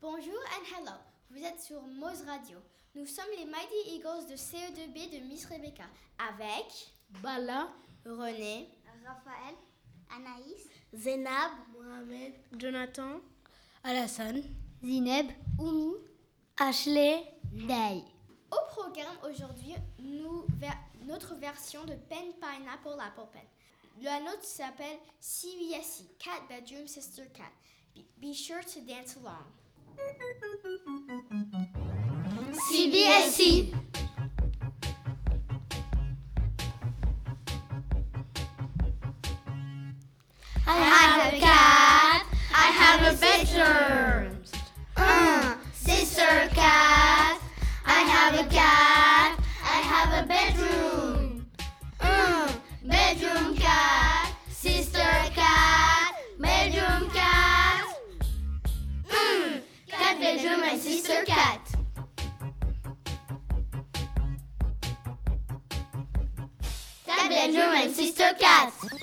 Bonjour and hello, vous êtes sur Mose Radio. Nous sommes les Mighty Eagles de CE2B de Miss Rebecca avec Bala, René, Raphaël, Anaïs, Zénab, Mohamed, Jonathan, Alassane, Zineb, Oumi, Ashley, Day. Au programme aujourd'hui, nous ver- notre version de Pen Pineapple Apple Pen. La nôtre s'appelle CBSE, E, Cat Bedroom Sister Cat. Be, be sure to dance along. CBSE. I have a cat. I have a bedroom. Uh, sister cat. I have a cat. I have a bedroom. Uh, bedroom cat. Sister cat. Bedroom cat. Mm, cat bedroom and sister cat. Cat bedroom and sister cat.